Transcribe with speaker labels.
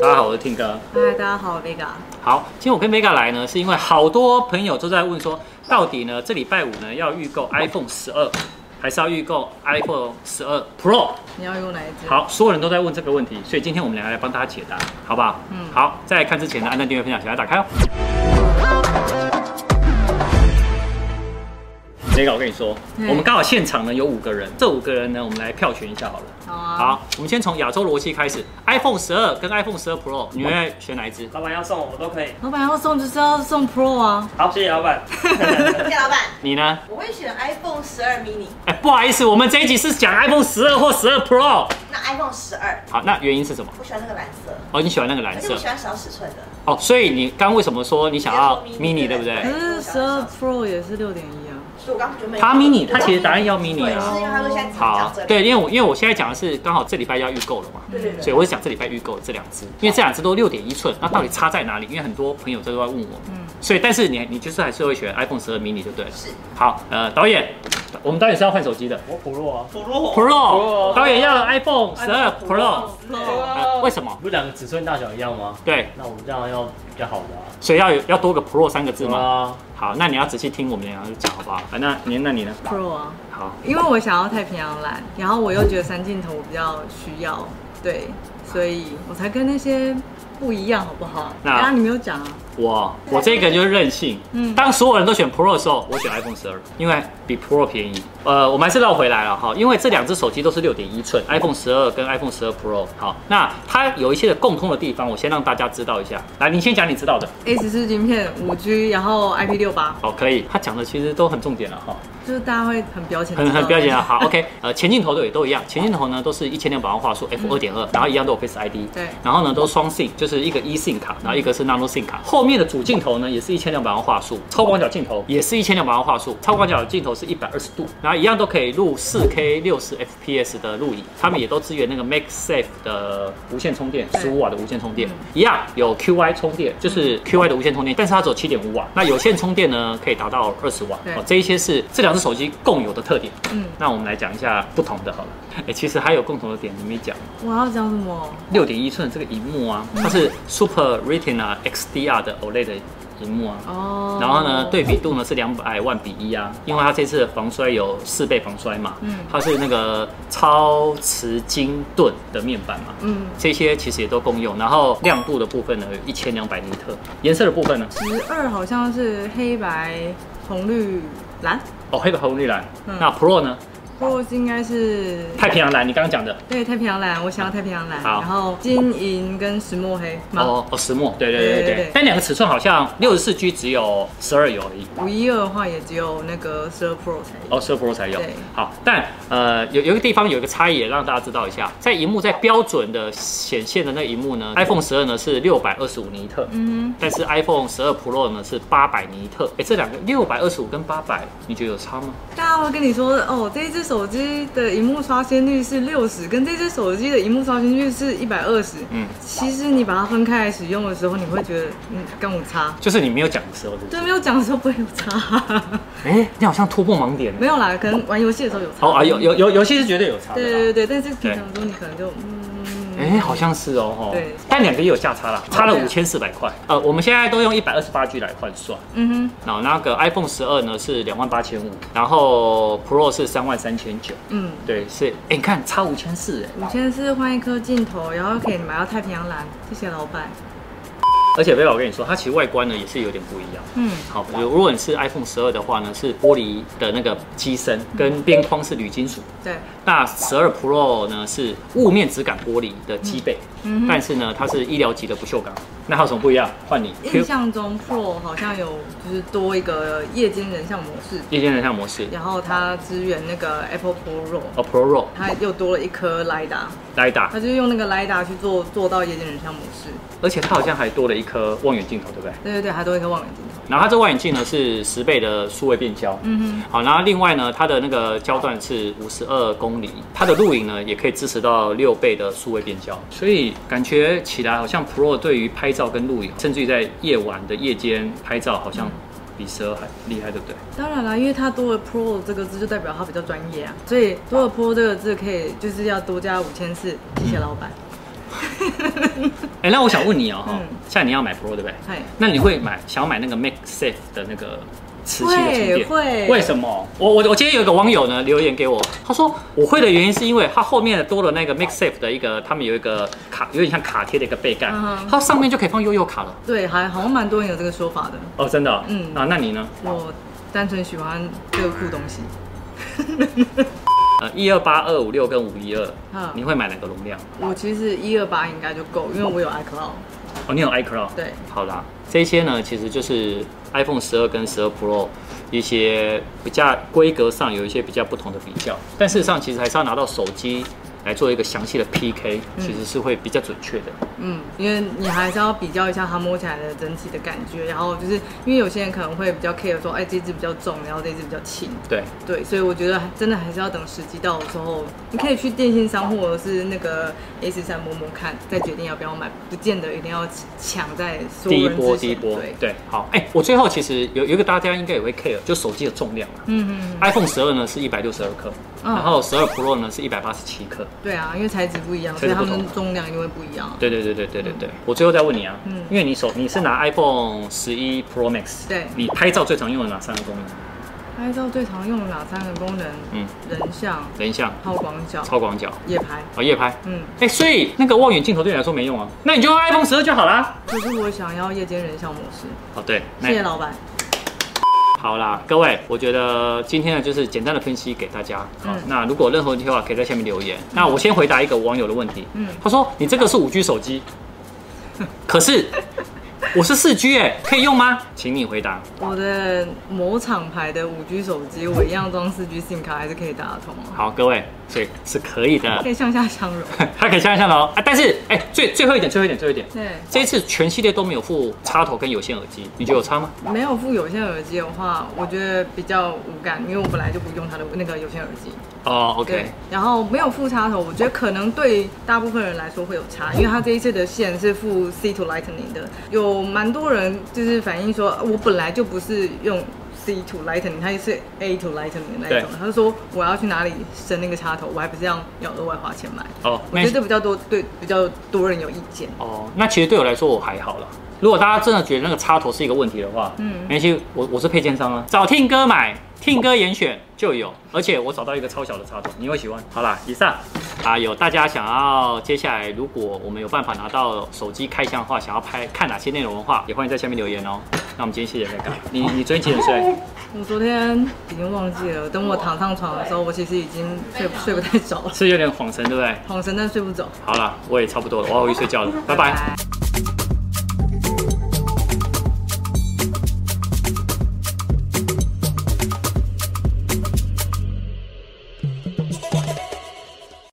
Speaker 1: 大家好，我是 Ting 哥。
Speaker 2: 嗨，大家好，我 Vega。
Speaker 1: 好，今天我跟 Vega 来呢，是因为好多朋友都在问说，到底呢这礼拜五呢要预购 iPhone 十二，还是要预购 iPhone 十二 Pro？
Speaker 2: 你要用哪一支？，
Speaker 1: 好，所有人都在问这个问题，所以今天我们俩来帮大家解答，好不好？
Speaker 2: 嗯
Speaker 1: 好，在看之前呢，按赞、订阅、分享，小来打开哦。Vega，我跟你说，
Speaker 2: 嗯
Speaker 1: 我们刚好现场呢有五个人，这五个人呢，我们来票选一下好了。
Speaker 2: 好啊。，
Speaker 1: 好，我们先从亚洲逻辑开始，iPhone 十二跟 iPhone 十二 Pro，你会选哪一支？
Speaker 3: 老板要送我，我都可以。
Speaker 2: 老板要送就是要送 Pro 啊。
Speaker 3: 好，谢谢 老板。
Speaker 4: 谢谢老板，
Speaker 1: 你呢？
Speaker 4: 我会选 iPhone 十二 mini，
Speaker 1: 哎，不好意思，我们这一集是讲 iPhone 十二或十二 Pro。
Speaker 4: 那 iPhone 十二，
Speaker 1: 好，那原因是什么？
Speaker 4: 我喜欢那个蓝色，
Speaker 1: 哦，你喜欢那个
Speaker 4: 而
Speaker 1: 蓝
Speaker 4: 且
Speaker 1: 色
Speaker 4: 我喜欢小尺寸的。
Speaker 1: 哦，所以你刚为什么说你想要
Speaker 4: 我喜欢
Speaker 1: mini
Speaker 4: mini，
Speaker 1: 对不
Speaker 2: 可
Speaker 1: 对
Speaker 2: 是
Speaker 4: 对？
Speaker 2: 十二 Pro 也是六点一啊。
Speaker 4: 所以我刚刚准备
Speaker 1: 他 mini，他其实答案要 mini
Speaker 4: 对，
Speaker 1: 啊。
Speaker 4: 是因为他说现在只能
Speaker 1: 好
Speaker 4: 讲这，
Speaker 1: 对，因为我因为我现在讲的是刚好这礼拜要预购了嘛，
Speaker 4: 对对
Speaker 1: 所以
Speaker 4: 对，
Speaker 1: 我是讲这礼拜预购的这两只，因为这两只都六点一寸，那到底差在哪里？因为很多朋友都在问我，
Speaker 2: 嗯
Speaker 1: 所以但是你你就是还是会选 iPhone 十二 mini 就对了。
Speaker 4: 是
Speaker 1: 好，呃，导演，我们导演是要换手机的
Speaker 3: 我普洛啊，
Speaker 4: 普罗
Speaker 1: Pro，导演要 iPhone 十二 Pro，
Speaker 2: 哦 Pro
Speaker 1: 呃为什么？
Speaker 3: 不是两个尺寸大小一样吗？
Speaker 1: 对，
Speaker 3: 那我们这样要比较好的啊。
Speaker 1: 所以要有要多个 Pro 三个字吗？
Speaker 3: 啊，
Speaker 1: 好，那你要仔细听我们俩讲好不好？啊，那你那你呢？
Speaker 2: Pro 啊，
Speaker 1: 好，
Speaker 2: 因为我想要太平洋蓝，然后我又觉得三镜头我比较需要，对，所以我才跟那些不一样，好不好？
Speaker 1: 那
Speaker 2: 然后你没有讲啊。
Speaker 1: 我我这个就是任性。
Speaker 2: 嗯
Speaker 1: 当所有人都选 Pro 的时候，我选 iPhone 十二，因为比 Pro 便宜。呃，我们还是绕回来了哈，因为这两只手机都是六点一寸，iPhone 十二跟 iPhone 十二 Pro。好，那它有一些的共通的地方，我先让大家知道一下。来，你先讲你知道的。
Speaker 2: A 十四晶片，五 G，然后 IP 六八，
Speaker 1: 好，可以。他讲的其实都很重点了哈。
Speaker 2: 就是大家会很表浅，
Speaker 1: 很很标准啊。好，OK，呃，前镜头的也都一样，前镜头呢都是一千两百万画素 f 二点二，然后一样都有 Face ID。
Speaker 2: 嗯对
Speaker 1: 然后呢都双 SIM，就是一个 e SIM 卡，然后一个是 nano SIM 卡。后面的主镜头呢也是一千两百万画素，超广角镜头也是一千两百万画素，超广角镜头是一百二十度，然后一样都可以录四 K 六十 FPS 的录影，他们也都支援那个 MagSafe 的无线充电，
Speaker 2: 对
Speaker 1: 十五瓦的无线充电，一样有 QI 充电，就是
Speaker 2: 嗯
Speaker 1: QI 的无线充电，但是它只有七点五瓦，那有线充电呢可以达到二十瓦。
Speaker 2: 对
Speaker 1: 哦，这一些是这两只手机共有的特点。
Speaker 2: 嗯，
Speaker 1: 那我们来讲一下不同的好了。哎、其实还有共同的点你没讲，
Speaker 2: 我要讲什么？
Speaker 1: 六点一寸这个荧幕啊，
Speaker 2: 嗯
Speaker 1: 它是 Super Retina XDR 的 OLED 的荧幕啊。
Speaker 2: 哦，
Speaker 1: 然后呢，对比度呢是两百万比一啊，因为它这次的防摔有四倍防摔嘛，
Speaker 2: 嗯
Speaker 1: 它是那个超磁晶盾的面板嘛，
Speaker 2: 嗯，
Speaker 1: 这些其实也都共用。然后亮度的部分呢，有一千两百尼特，颜色的部分呢，
Speaker 2: 十二好像是黑白红绿蓝
Speaker 1: 哦，黑白红绿蓝。
Speaker 2: 嗯
Speaker 1: 那 Pro 呢，
Speaker 2: ，Pro 应该是
Speaker 1: 太平洋蓝，你刚刚讲的，
Speaker 2: 对太平洋蓝，我想要太平洋蓝，
Speaker 1: 好
Speaker 2: 然后金银跟石墨黑嘛，
Speaker 1: 哦哦，石墨，对对对
Speaker 2: 对
Speaker 1: 对
Speaker 2: 对
Speaker 1: 对
Speaker 2: 对。
Speaker 1: 但两个尺寸好像六十四 G 只有十二有而已，
Speaker 2: 五一二的话也只有那个十二 Pro 才有。
Speaker 1: 哦，十二 Pro 才有
Speaker 2: 对。
Speaker 1: 好，但呃有有一个地方有一个差异，也让大家知道一下，在荧幕在标准的显现的那个荧幕呢，iPhone 十二呢是六百二十五尼特。
Speaker 2: 嗯
Speaker 1: 但是 iPhone 十二 Pro 呢是八百尼特，哎，这两个六百二十五跟八百，你觉得有差吗？
Speaker 2: 哼，大家会跟你说哦，这一只手机的荧幕刷新率是六十，跟这只手机的荧幕刷新率是一百二十。
Speaker 1: 嗯，
Speaker 2: 其实你把它分开来使用的时候，你会觉得嗯，跟我差。
Speaker 1: 就是你没有讲的时候，对不对
Speaker 2: 对，没有讲的时候不会有差，
Speaker 1: 哎，你好像突破盲点了
Speaker 2: 没。有啦，可能玩游戏的时候有差。
Speaker 1: 哦啊，有有有有些是绝对有差的啦。
Speaker 2: 对对对对，但是平常的时候你可能就嗯，
Speaker 1: 哎、好像是哦，吼
Speaker 2: 对
Speaker 1: 但两个也有价差啦，差了
Speaker 2: 对
Speaker 1: 五
Speaker 2: 啊
Speaker 1: 千四百块。呃，我们现在都用一百二十八 G 来换算，
Speaker 2: 嗯
Speaker 1: 然后那个 iPhone 十二呢是两万八千五，然后 Pro 是三万三千九，
Speaker 2: 哼，嗯。
Speaker 1: 对，是，哎、你看差五千四，哎，
Speaker 2: 五千是换一颗镜头，然后可以买到太平洋蓝，谢谢老板。
Speaker 1: 而且贝宝我跟你说，它其实外观呢也是有点不一样。
Speaker 2: 嗯，
Speaker 1: 好，如如果你是 iPhone 十二的话呢，是玻璃的那个机身跟边框是铝金属，
Speaker 2: 对，
Speaker 1: 那十二 Pro 呢是雾面质感玻璃的机背，
Speaker 2: 嗯哼
Speaker 1: 但是呢它是医疗级的不锈钢，那它有什么不一样？换你
Speaker 2: 印象中 Pro 好像有就是多一个夜间人像模式，
Speaker 1: 夜间人像模式，
Speaker 2: 然后它支援那个 Apple Pro，
Speaker 1: 哦 Pro Roll
Speaker 2: 它又多了一颗 LiDAR，
Speaker 1: LiDAR，
Speaker 2: 它就是用那个 LiDAR 去做做到夜间人像模式。
Speaker 1: 而且它好像还多了一颗望远镜头，对不对？
Speaker 2: 对对对，它多一个望远镜头。
Speaker 1: 然后它这望远镜呢是十倍的数位变焦，
Speaker 2: 嗯
Speaker 1: 好，然后另外呢，它的那个焦段是五十二公里，它的录影呢也可以支持到六倍的数位变焦，所以感觉起来好像 Pro 对于拍照跟录影，甚至于在夜晚的夜间拍照，好
Speaker 2: 嗯
Speaker 1: 像比十二还厉害，对不对？
Speaker 2: 哼，当然啦，因为它多了 Pro 这个字，就代表它比较专业啊，所以多了 Pro 这个字可以就是要多加五千四，谢谢老板。
Speaker 1: 哎、那我想问你哦、哈
Speaker 2: 嗯
Speaker 1: 像你要买 Pro 对不对？
Speaker 2: 嗨，
Speaker 1: 那你会买想要买那个 MagSafe 的那个磁吸的充
Speaker 2: 会
Speaker 1: 电？
Speaker 2: 会
Speaker 1: 为什么？我我我今天有一个网友呢留言给我，他说我会的原因是因为它后面多了那个 MagSafe 的一个，他们有一个卡，有点像卡贴的一个背盖
Speaker 2: 嗯哼
Speaker 1: 它上面就可以放悠悠卡了。
Speaker 2: 对，还好像蛮多人有这个说法的。
Speaker 1: 哦，真的哦、
Speaker 2: 嗯
Speaker 1: 啊，那你呢？
Speaker 2: 我单纯喜欢这个酷东西，
Speaker 1: 呃，一二八二五六跟五一二
Speaker 2: 嗯，
Speaker 1: 你会买哪个容量？
Speaker 2: 我其实一二八应该就够，因为我有 iCloud。
Speaker 1: 哦，你有 iCloud。
Speaker 2: 对，
Speaker 1: 好啦，这些呢其实就是 iPhone 十二跟十二 Pro 一些比较规格上有一些比较不同的比较，但事实上其实还是要拿到手机来做一个详细的 PK，其实是会比较准确的。
Speaker 2: 嗯，因为你还是要比较一下它摸起来的整体的感觉，然后就是因为有些人可能会比较 care 说，哎，这只比较重，然后这只比较轻，
Speaker 1: 对，
Speaker 2: 对，所以我觉得真的还是要等时机到的时候，你可以去电信商或者是那个 A 十三摸摸看，再决定要不要买，不见得一定要抢在所
Speaker 1: 第一
Speaker 2: 有人之
Speaker 1: 波，
Speaker 2: 前
Speaker 1: 第一波
Speaker 2: 对，，
Speaker 1: 对，好，哎、我最后其实有有一个大家应该也会 care，就手机的重量啊。
Speaker 2: 嗯嗯，嗯
Speaker 1: iPhone 十二呢是一百六十二克，
Speaker 2: 嗯
Speaker 1: 然后十二 Pro 呢是一百八十七克。
Speaker 2: 对啊，因为材质不一样，
Speaker 1: 材
Speaker 2: 所以
Speaker 1: 质
Speaker 2: 它
Speaker 1: 不同
Speaker 2: 们重量因为不一样啊。
Speaker 1: 对对对对对对对，我最后再问你啊，
Speaker 2: 嗯
Speaker 1: 因为你手你是拿 iPhone 十一 Pro Max，
Speaker 2: 对
Speaker 1: 你拍照最常用的哪三个功能？
Speaker 2: 拍照最常用的哪三个功能？
Speaker 1: 嗯，
Speaker 2: 人像、
Speaker 1: 人像、
Speaker 2: 超广角、
Speaker 1: 超广角、
Speaker 2: 夜拍。
Speaker 1: 哦夜拍。
Speaker 2: 嗯，
Speaker 1: 哎、所以那个望远镜头对你来说没用啊，那你就用 iPhone 十二就好啦。
Speaker 2: 可是我想要夜间人像模式。
Speaker 1: 哦对，那
Speaker 2: 谢谢老板。
Speaker 1: 好啦，各位，我觉得今天呢就是简单的分析给大家。好、
Speaker 2: 嗯
Speaker 1: 那如果有任何问题的话，可以在下面留言。那我先回答一个网友的问题，
Speaker 2: 嗯
Speaker 1: 他说你这个是五 G 手 机，可是我是四 G 哎，可以用吗？请你回答。
Speaker 2: 我的某厂牌的五 G 手机，我一样装四 G SIM 卡还是可以打得通啊，
Speaker 1: 好，各位，所以是可以的
Speaker 2: 可，以向下相容。
Speaker 1: 它可以想一下喽啊。但是哎、最最后一点，最后一点，最后一点，
Speaker 2: 对，
Speaker 1: 这一次全系列都没有附插头跟有线耳机，你觉得有差吗？
Speaker 2: 没有附有线耳机的话，我觉得比较无感，因为我本来就不用它的那个有线耳机。
Speaker 1: 哦，OK、o
Speaker 2: 对
Speaker 1: k，
Speaker 2: 然后没有附插头，我觉得可能对大部分人来说会有差，因为它这一次的线是附 C to Lightning 的，有蛮多人就是反映说，啊我本来就不是用 C to Lightning，它是 A to Lightning 的那一种
Speaker 1: 对，
Speaker 2: 他就说我要去哪里升那个插头，我还不是要要额外花钱买。
Speaker 1: 哦，
Speaker 2: 我
Speaker 1: 那
Speaker 2: 觉得比较多对比较多人有意见。
Speaker 3: 啊
Speaker 1: 哦，那其实对我来说我还好啦。如果大家真的觉得那个插头是一个问题的话，
Speaker 2: 嗯
Speaker 1: 嗯，没关系，我我是配件商啊，找听哥买，听哥严选就有，而且我找到一个超小的插头，你会喜欢。好啦，以上啊，有大家想要接下来如果我们有办法拿到手机开箱的话，想要拍看哪些内容的话，也欢迎在下面留言哦。那我们今天谢谢大家，你你昨天几点 睡？
Speaker 2: 我昨天已经忘记了，等我躺上床的时候，我其实已经睡睡不太着了，
Speaker 1: 是有点恍神，对不对？
Speaker 2: 恍神但睡不着。
Speaker 1: 好啦，我也差不多了，我要回去睡觉了，拜拜。